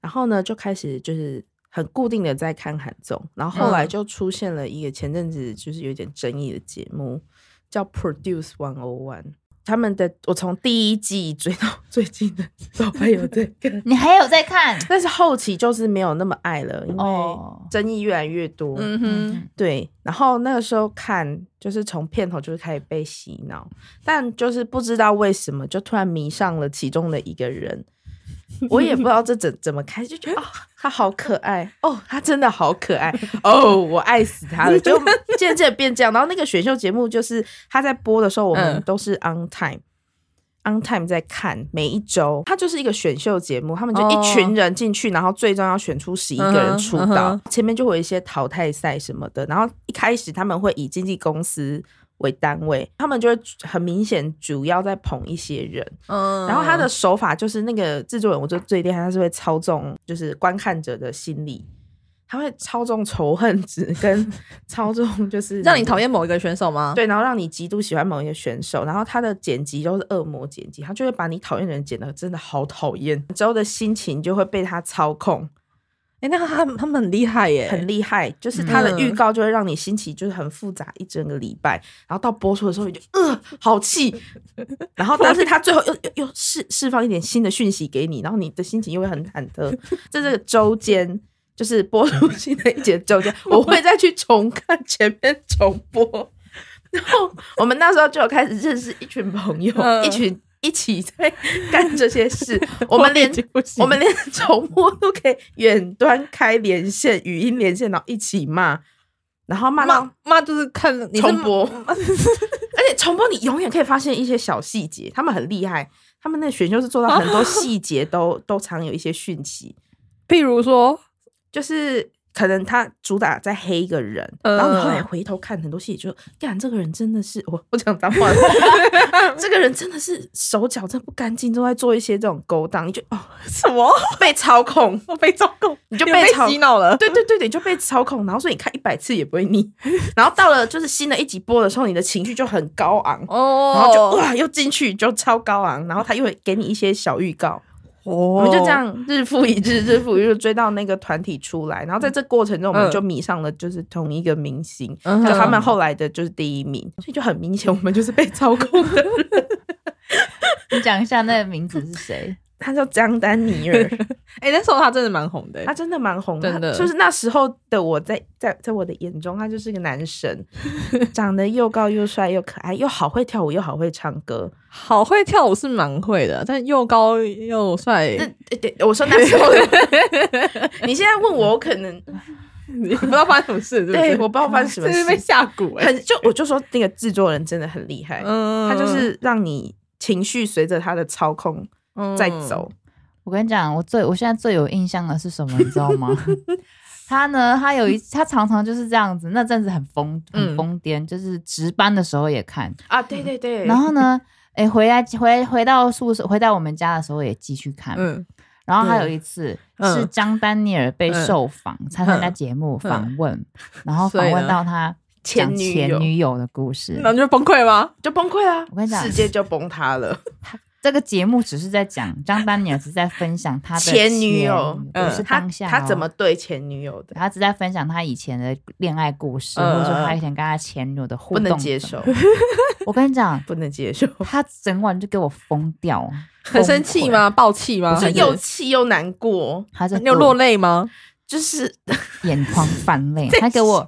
然后呢就开始就是很固定的在看韩综，然后后来嗯就出现了一个前阵子就是有点争议的节目，叫 Produce One O One。他们的我从第一季追到最近的都还有在 看，你还有在看？但是后期就是没有那么爱了，因为哦争议越来越多。嗯哼，嗯，对，然后那个时候看，就是从片头就是开始被洗脑，但就是不知道为什么，就突然迷上了其中的一个人。我也不知道这怎怎么开，就觉得哦，他好可爱哦，他真的好可爱哦，我爱死他了，就渐渐变这样。然后那个选秀节目就是他在播的时候，我们嗯都是 on time。on time 在看每一周，它就是一个选秀节目，他们就一群人进去，然后最终要选出十一个人出嗯哼道嗯前面就会有一些淘汰赛什么的，然后一开始他们会以经纪公司为单位，他们就会很明显主要在捧一些人，嗯然后他的手法就是那个制作人，我觉得最厉害，他是会操纵就是观看者的心理，他会操纵仇恨值跟 操纵就是让你讨厌某一个选手吗？对，然后让你极度喜欢某一个选手，然后他的剪辑都是恶魔剪辑，他就会把你讨厌的人剪得真的好讨厌，之后的心情就会被他操控，哎，那他他们很厉害耶，很厉害，就是他的预嗯告就会让你心情就是很复杂一整个礼拜，然后到播出的时候你就呃好气， 然后但是他最后又又又释释放一点新的讯息给你，然后你的心情又会很忐忑，在这个周间。就是播出新的一节周间，我会再去重看前面重播。然后我们那时候就有开始认识一群朋友，嗯一群一起在干这些事。我们连已经不行我们连重播都可以远端开连线、语音连线，然后一起骂，然后骂到骂骂就是看你是重播， 而且重播你永远可以发现一些小细节，他们很厉害，他们那选秀是做到很多细节 都都藏有一些讯息，譬如说，就是可能他主打在黑一个人，嗯然后你后来回头看很多细节，就干这个人真的是我我讲脏话 了，这个人真的是手脚真的不干净，都在做一些这种勾当，你就哦什么被操控。我被中共，你就你被被炒洗脑了。对对对对，你就被操控，然后所以你看一百次也不会腻。 然后到了就是新的一集播的时候，你的情绪就很高昂，哦然后就哇又进去就超高昂，然后他又会给你一些小预告，我我们就哦这样日复一日，日复一日追到那个团体出来。然后在这过程中，我们嗯就迷上了就是同一个明星，嗯哼就他们后来的就是第一名，所以就很明显我们就是被操控的。 你讲一下那个名字是谁？他叫江丹尼尔，哎、那时候他真的蛮红的、他真的蛮红真的他就是那时候的我在在在我的眼中，他就是个男 神，长得又高又帅又可爱，又好会跳舞又好会唱歌。好会跳舞是蛮会的，但又高又 帅那，对对，我说那时候的，你现在问我，我可能你不知道发生什么事，是不是对，我不知道发生什么这是被事，吓唬哎、很就我就说那个制作人真的很厉害，嗯他就是让你情绪随着他的操控嗯在走。我跟你讲，我最我现在最有印象的是什么，你知道吗？ 他呢，他有一他常常就是这样子，那阵子很疯很嗯疯癫，就是值班的时候也看，啊，对对对然后呢，哎、回来回回到宿舍，回到我们家的时候也继续看。嗯然后还有一次嗯是张丹妮尔被受访，参参加节目访问，然后访所以问呢到她前讲女前友女友的故事。那你就崩溃吗？就崩溃啦！我跟你讲世界就崩塌了。这个节目只是在讲张丹妮尔，只是在分享她的 前女友前，嗯不是他当下、哦他怎么？对前女友的，她只是在分享她以前的恋爱故事，嗯或者说嗯她以前跟她前女友的互不动。能接受。，我跟你讲，不能接受，她整晚就给我疯掉，很生气崩溃？吗？暴气吗？就对啊又气又难过，她在 你有落泪吗？就是眼眶泛泪，他给我，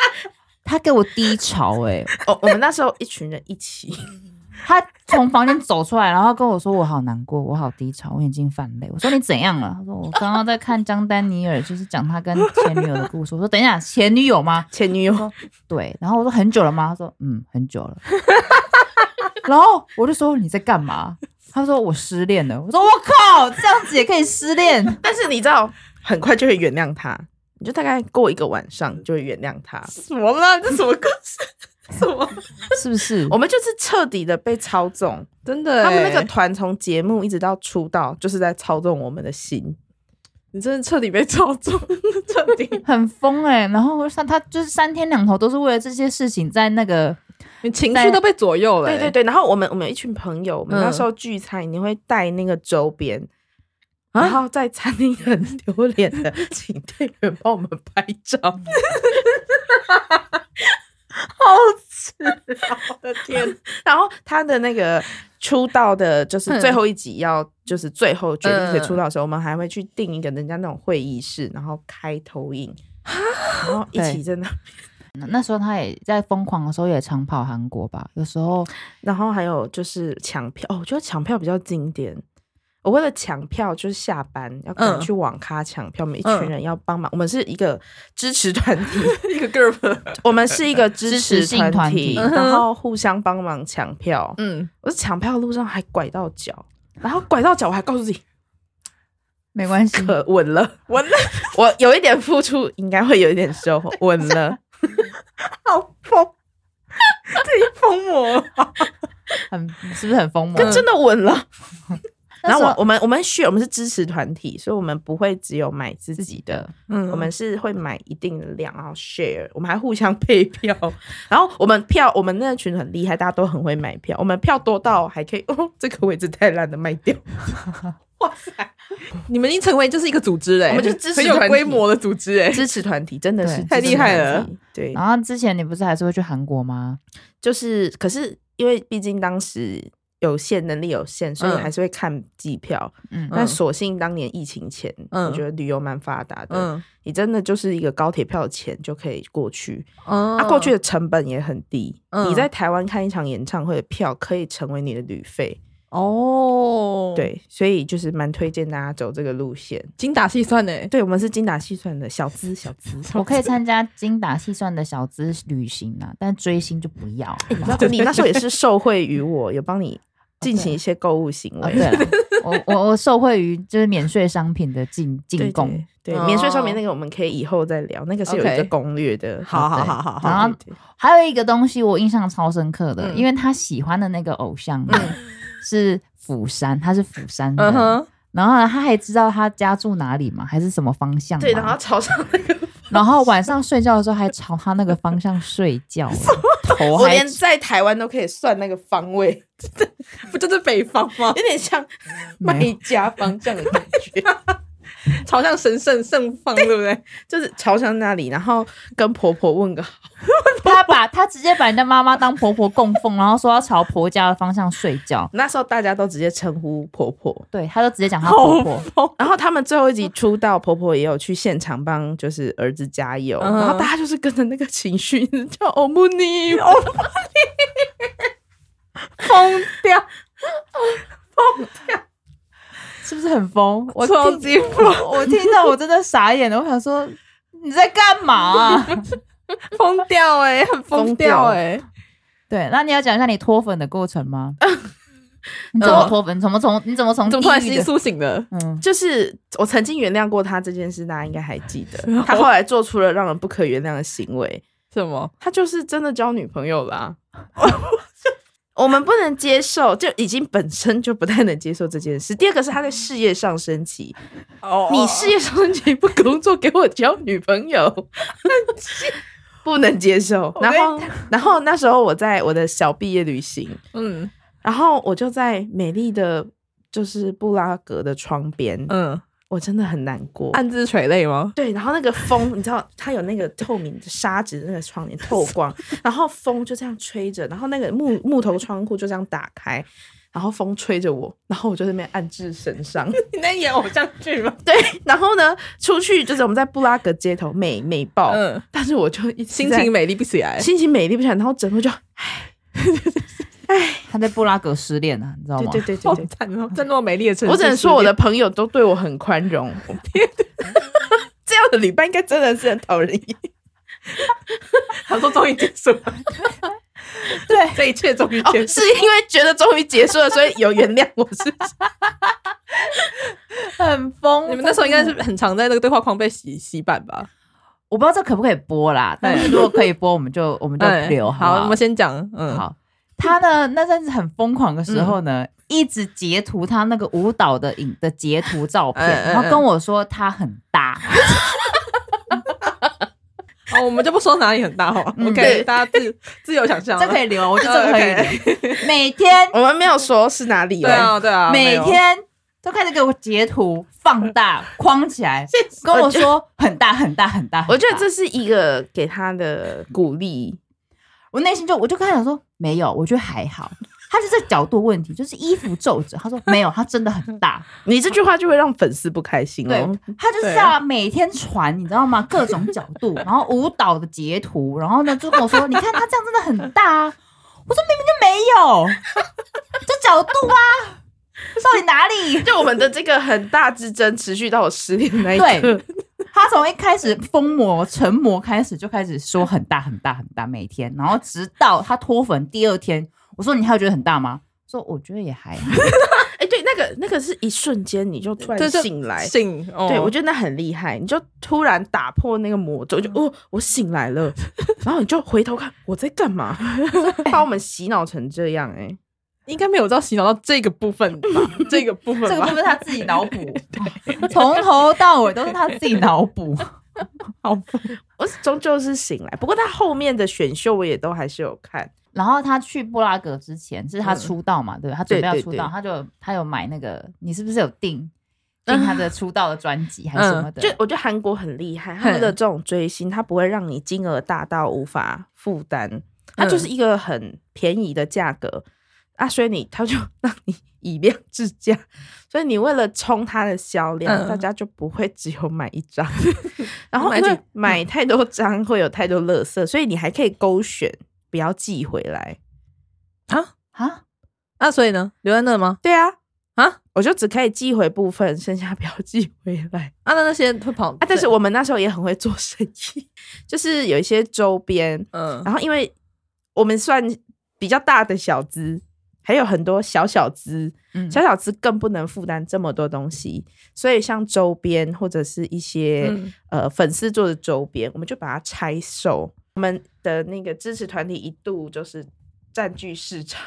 他给我低潮哎、哦，我们那时候一群人一起， 他从房间走出来，然后跟我说我好难过，我好低潮，我眼睛泛泪。我说你怎样了？他说我刚刚在看张丹尼尔，就是讲他跟前女友的故事。我说等一下，前女友吗？前女友对。然后我说很久了吗？他说嗯，很久了。 然后我就说你在干嘛？他说我失恋了。我说我靠，这样子也可以失恋？ 但是你知道，很快就会原谅他，你就大概过一个晚上就会原谅他。什么啦？这什么歌声？什么？是不是？我们就是彻底的被操纵，真的、欸？他们那个团从节目一直到出道，就是在操纵我们的心。你真的彻底被操 纵，彻底。很疯哎、然后我就想他就是三天两头都是为了这些事情在那个你情绪都被左右了、欸对对，对，然后我们我们有一群朋友，我们嗯那时候聚餐，你会带那个周边。啊然后在餐厅很丢脸的，请店员帮我们拍 照。我的天，然后他的那个出道的，就是嗯最后一集要，就是最后决定谁嗯出道的时候，我们还会去订一个人家那种会议室，然后开投影，然后一起真的，那那时候他也在疯狂的时候也常跑韩国吧，有时候然后还有就是抢票，哦，我觉得抢票比较经典。我为了抢票，就是下班要可能嗯去网咖抢票，我们一嗯群人要帮忙。我们是一个支持团体， 一个 girl，我们是一个支支持持性团团体体，嗯哼然后互相帮忙抢票。嗯，我在抢票的路上还拐到脚，然后拐到脚，我还告诉自己没关系，可稳了，我那我有一点付出，应该会有一点收获，稳了。好疯，自己疯魔，很是不是很疯魔？跟真的稳了。嗯那然时后候我我们我们需我们是支持团体，所以我们不会只有买自己的，嗯我们是会买一定的量，然后 share，我们还互相配票。 然后我们票，我们那群很厉害，大家都很会买票，我们票多到还可以 哦，这个位置太烂了，卖 掉。哇塞，你们已经成为就是一个组织嘞、我们就是支持很有团体规模的组织哎、支持团体真的是对太厉害了支持团体，对，然后之前你不是还是会去韩国吗？就是，可是因为毕竟当时有限，能力有限，所以嗯还是会看机票。嗯，但所幸当年疫情前，嗯我觉得旅游蛮发达的，嗯，你真的就是一个高铁票的钱就可以过去，哦那、啊过去的成本也很低。嗯你在台湾看一场演唱会的票可以成为你的旅费，哦，，对，所以就是蛮推荐大家走这个路线。精打细算哎、对我们是精打细算的小资 小哦资，我可以参加精打细算的小资旅行啊，但追星就不要。啊你知道你那时候也是受惠于我，有帮你进行一些购物行哦，为。 对了，我我我受惠于就是免税商品的进进贡，对，哦对免税上面那个我们可以以后再聊，那个是有一个 OK 攻略的。好好对好好然好，后对还有一个东西我印象超深刻的，嗯因为他喜欢的那个偶像呢、是釜山，他是釜山人，嗯哼，然后呢他还知道他家住哪里嘛，还是什么方向嘛？对，对然后朝上那个， 然后晚上睡觉的时候还朝他那个方向睡觉，欸 头我还连在台湾都可以算那个方位，不就是北方 吗？有点像卖家方向的感觉，朝向神圣盛放，对不 对？ 就是朝向那里，然后跟婆婆问个好。他把他直接把人家妈妈当婆婆供奉，然后说要朝婆家的方向睡觉，那时候大家都直接称呼婆婆，对，他就直接讲他婆婆，然后他们最后一集出道，婆婆也有去现场帮就是儿子加油，嗯然后大家就是跟着那个情绪叫哦欧姆尼，疯掉，是不是很疯？我超听级疯！我听到我真的傻眼了，我想说。你在干嘛 啊、疯掉哎、很疯疯掉掉哎、对，那你要讲一下你脱粉的过程 吗？你呃怎么脱粉？怎么从你怎么从怎么突然地心狱的苏醒了？嗯，就是我曾经原谅过他这件事，大家应该还记得。他后来做出了让人不可原谅的行为，什么？他就是真的交女朋友啦、我们不能接受，就已经本身就不太能接受这件事。第二个是他在事业上升期，哦你事业上升期不工作，给我交女朋友， 不能接受。我然跟 后，然后那时候我在我的小毕业旅行，嗯然后我就在美丽的就是布拉格的窗边，嗯，我真的很难过。暗自垂泪吗？对，然后那个风，你知道它有那个透明的纱质，那个窗帘透 光，然后风就这样吹着，然后那个木木头窗户就这样打开，然后风吹着我，然后我就在那边暗自神伤。你在演偶像剧吗？对，然后呢，出去就是我们在布拉格街头美美爆，嗯，但是我就一直心在情美丽不起来。心情美丽不起来，然后整个就他在布拉格失恋啊了，你知道对吗？对对对好对。惨哦，在那么美丽的城市，我只能说，我的朋友都对我很宽容。 这样的旅伴应该真的是很讨人厌。他说终于结 束了，对，这一切终于 哦，结束是。因为觉得终于结束了，所以有原谅我是不是很疯。你们那时候应哦该是很常在那个对话框被洗洗版吧？我不知道这可不可以播啦，但是如果可以播，我们就我们就哎留好，不我们嗯先讲，嗯，好，他呢那阵子很疯狂的时候呢，一直截图他那个舞蹈的影的截图照片，嗯嗯嗯嗯然后跟我说他很大，哦，我们就不说哪里很大哦嗯，OK，对大家自 自由想象。这可以，以留，我觉得这嗯可以 留。每天 我们没有说是哪里对哦。啊，对 啊，没每有天都开始给我截图放 大框起来，跟我我觉说很大很大很大。很我觉得大这是一个给他的鼓励，我内心就我就跟他讲说没有，我觉得还好。他是这角度问题，就是衣服皱褶。他说没有，他真的很大。你这句话就会让粉丝不开心对哦。他就是啊，每天传，你知道吗？各种角度，然后舞蹈的截图，然后呢就跟我说，你看他这样真的很大啊。我说明明就没有，这角度啊，到底哪里？就我们的这个很大之争持续到我失恋那一刻对，他从一开始疯魔成魔开始就开始说很大很大很大，每天，然后直到他脱粉第二天，我说你还有觉得很大吗？说我觉得也还好。哎、对，那个那个是一瞬间你就突这然就醒来，醒，哦对我觉得那很厉害，你就突然打破那个魔咒，嗯就哦，我醒来 了，然后你就回头看我在干嘛，把我们洗脑成这样、哎，应该没有到洗脑到这个部分 吧，这个部分吧，这个部分他自己脑补，从头到尾都是他自己脑补。好我终究是醒来，不过他后面的选秀我也都还是有看，然后他去布拉格之前，这是他出道嘛，对吧？他准备要出嗯对对道，对他就他有买那个，你是不是有订订他 的出道的专辑还是什么的？嗯就我觉得韩国很厉害，他们的这种追星，它不会让你金额大到无法负担，它嗯就是一个很便宜的价格、啊，所以你他就让你 以量制价，所以你为了冲它的销量，嗯大家就不会只有买一 张，然后买因几嗯为买太多张会有太多垃圾，所以你还可以勾选，不要寄回来。啊，那所以呢，留在那吗？对啊，啊我就只可以寄回部分，剩下不要寄回来。啊，那那些会跑啊，但是我们那时候也很会做生意， 就是有一些周边，嗯然后因为我们算比较大的小资，还有很多小小资，嗯小小资更不能负担这么多东西，所以像周边或者是一些、嗯呃粉丝做的周边，我们就把它拆售。我们的那个支持团体一度就是占据市 场。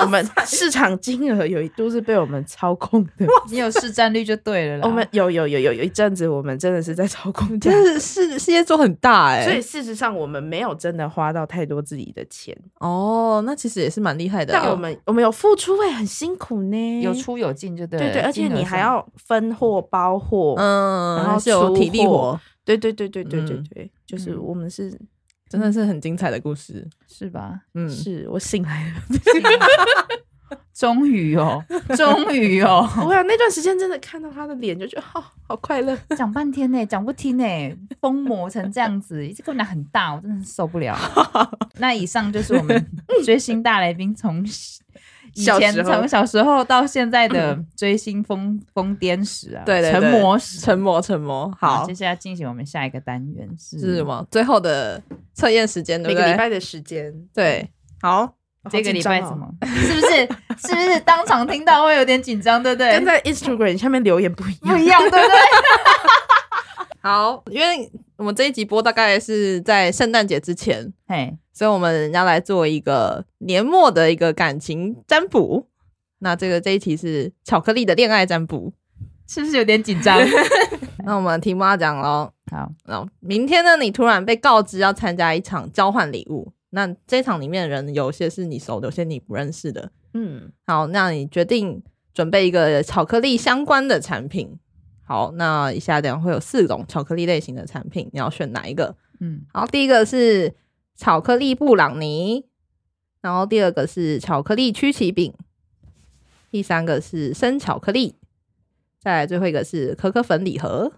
我们市场金额有一度是被我们操控的，你有市占率就对啊了啦。我们有有有有有一阵子，我们真的是在操 控价真的是世界做很大哎、所以事实上，我们没有真的花到太多自己的钱，哦，那其实也是蛮厉害的啊、但我们我们有付出、欸，很辛苦呢，有出有进就对了。对对，而且金额你上还要分货包货，嗯，然后还是有出体力活货，对对对对对对嗯对，就是嗯我们是真的是很精彩的故事。是吧？ 嗯，是我醒来了，终于哦，终于哦，我想那段时间真的看到他的脸，就觉得好、好快乐。讲半天呢，讲不听呢，疯魔成这样子，这个量很 大，我真的是受不了。那以上就是我们追星大来宾从以小前时候从小时候到现 在的追星疯疯癫史啊，对对对成魔史。啊沉默，沉默。好接，下来进行我们下一个单元是是什么？最后的测验时间，每对不个礼对？拜的时间，对，好，好这个礼拜紧张哦什么？是不是？是不是当场听到会有点紧张，对不对跟？在 Instagram 下面留言不一不样一。样，对不 对？好，因为我们这一集播大概是在圣诞节之前，嘿，所以我们要来做一个年末的一个感情占卜。那这个这一题是巧克力的恋爱占卜。是不是有点紧 张？那我们题目要讲喽。好，那明天呢，你突然被告知要参加一场交换礼物。那这场里面的人有些是你熟的，有些你不认识的。嗯，好，那你决定准备一个巧克力相关的产品。好，那以下等会有四种巧克力类型的产品，你要选哪一个？嗯，好，第一个是巧克力布朗尼，然后第二个是巧克力曲奇饼，第三个是生巧克力，再来最后一个是可可粉礼盒。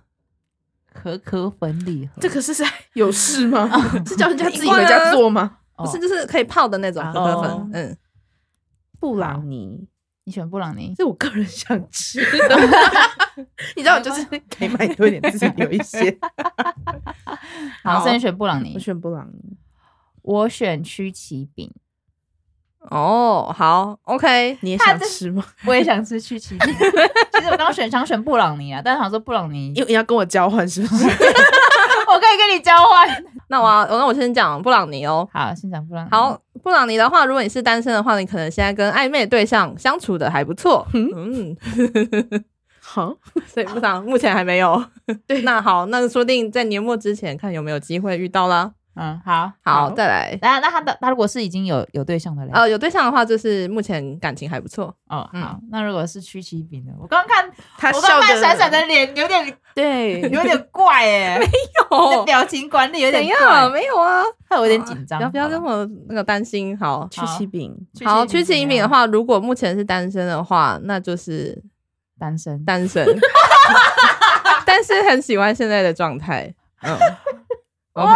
可可粉礼盒，这个是在有事吗？ 是叫人家自己回你忘家了做吗？哦不是，就是可以泡的那种可可粉。哦嗯，布朗尼你选布朗尼？是我个人想吃 的，你知道，就是可以 买多一点，自己留一 些。好，好所以你选布朗我尼，选布朗尼，我选曲奇饼。哦，好，OK，你也他想这吃 吗？我也想吃曲奇 饼。其实我刚刚选想选布朗尼啊，但是想说布朗 尼，因为你要跟我交换是不是？我可以跟你交换。那我要，哦那我先讲布朗尼哦。好，先讲布朗尼。好，布朗尼的话，如果你是单身的话，你可能现在跟暧昧对象相处的还不错。嗯， 好，所以布朗目前还没有。 对，那好，那说不定在年末之前看有没有机会遇到啦。嗯，好，好，好再来。那那他的他如果是已经有有对象的嘞，呃，有对象的话，就是目前感情还不 错。哦，嗯好，那如果是曲奇饼呢？我刚刚看，他我刚笑刚看的闪闪的脸有点 对，有点怪哎，你的哦，表情管理有怎点样？怪，没有啊，他有点紧张，不要不要这好吧么那个担心。 好，曲奇饼，好，曲奇饼的怎么样，话，如果目前是单身的话，那就是单身，单身， 但是很喜欢现在的状态。嗯，OK，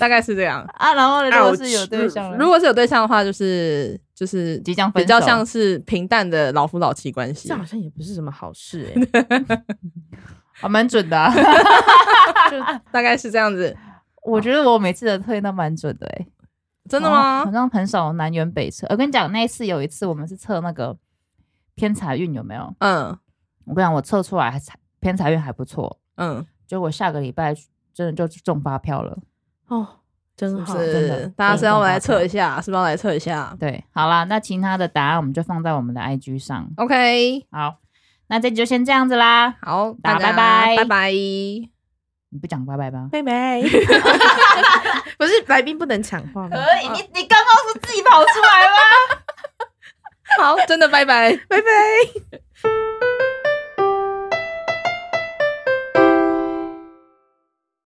大概是这样。啊，然后如果是 Ouch 有对象嘞，如果是有对象的话，就是就是即将分比较手像是平淡的老夫老妻关系这。好像也不是什么啊好事 哎。还蛮准的啊，大概是这样子。我觉得我每次的推都蛮准的哎，真的好吗？像很少南辕北辙。我跟你讲，那一次有一次我们是测那个偏财运有没有？嗯我跟你讲，我测出来还才偏财运还不错，嗯，结果我下个礼拜真的就中发票了。哦，真好，真的是大家是要来测一下，是不是要来测一下对，好啦，那其他的答案我们就放在我们的 IG 上。 ？OK，好，那这集就先这样子啦。好，大大家家拜拜拜拜。你不讲拜拜吧？妹妹， 不是来宾不能抢话 吗？以，你你刚刚是自己跑出来吗？好，真的拜拜。拜拜。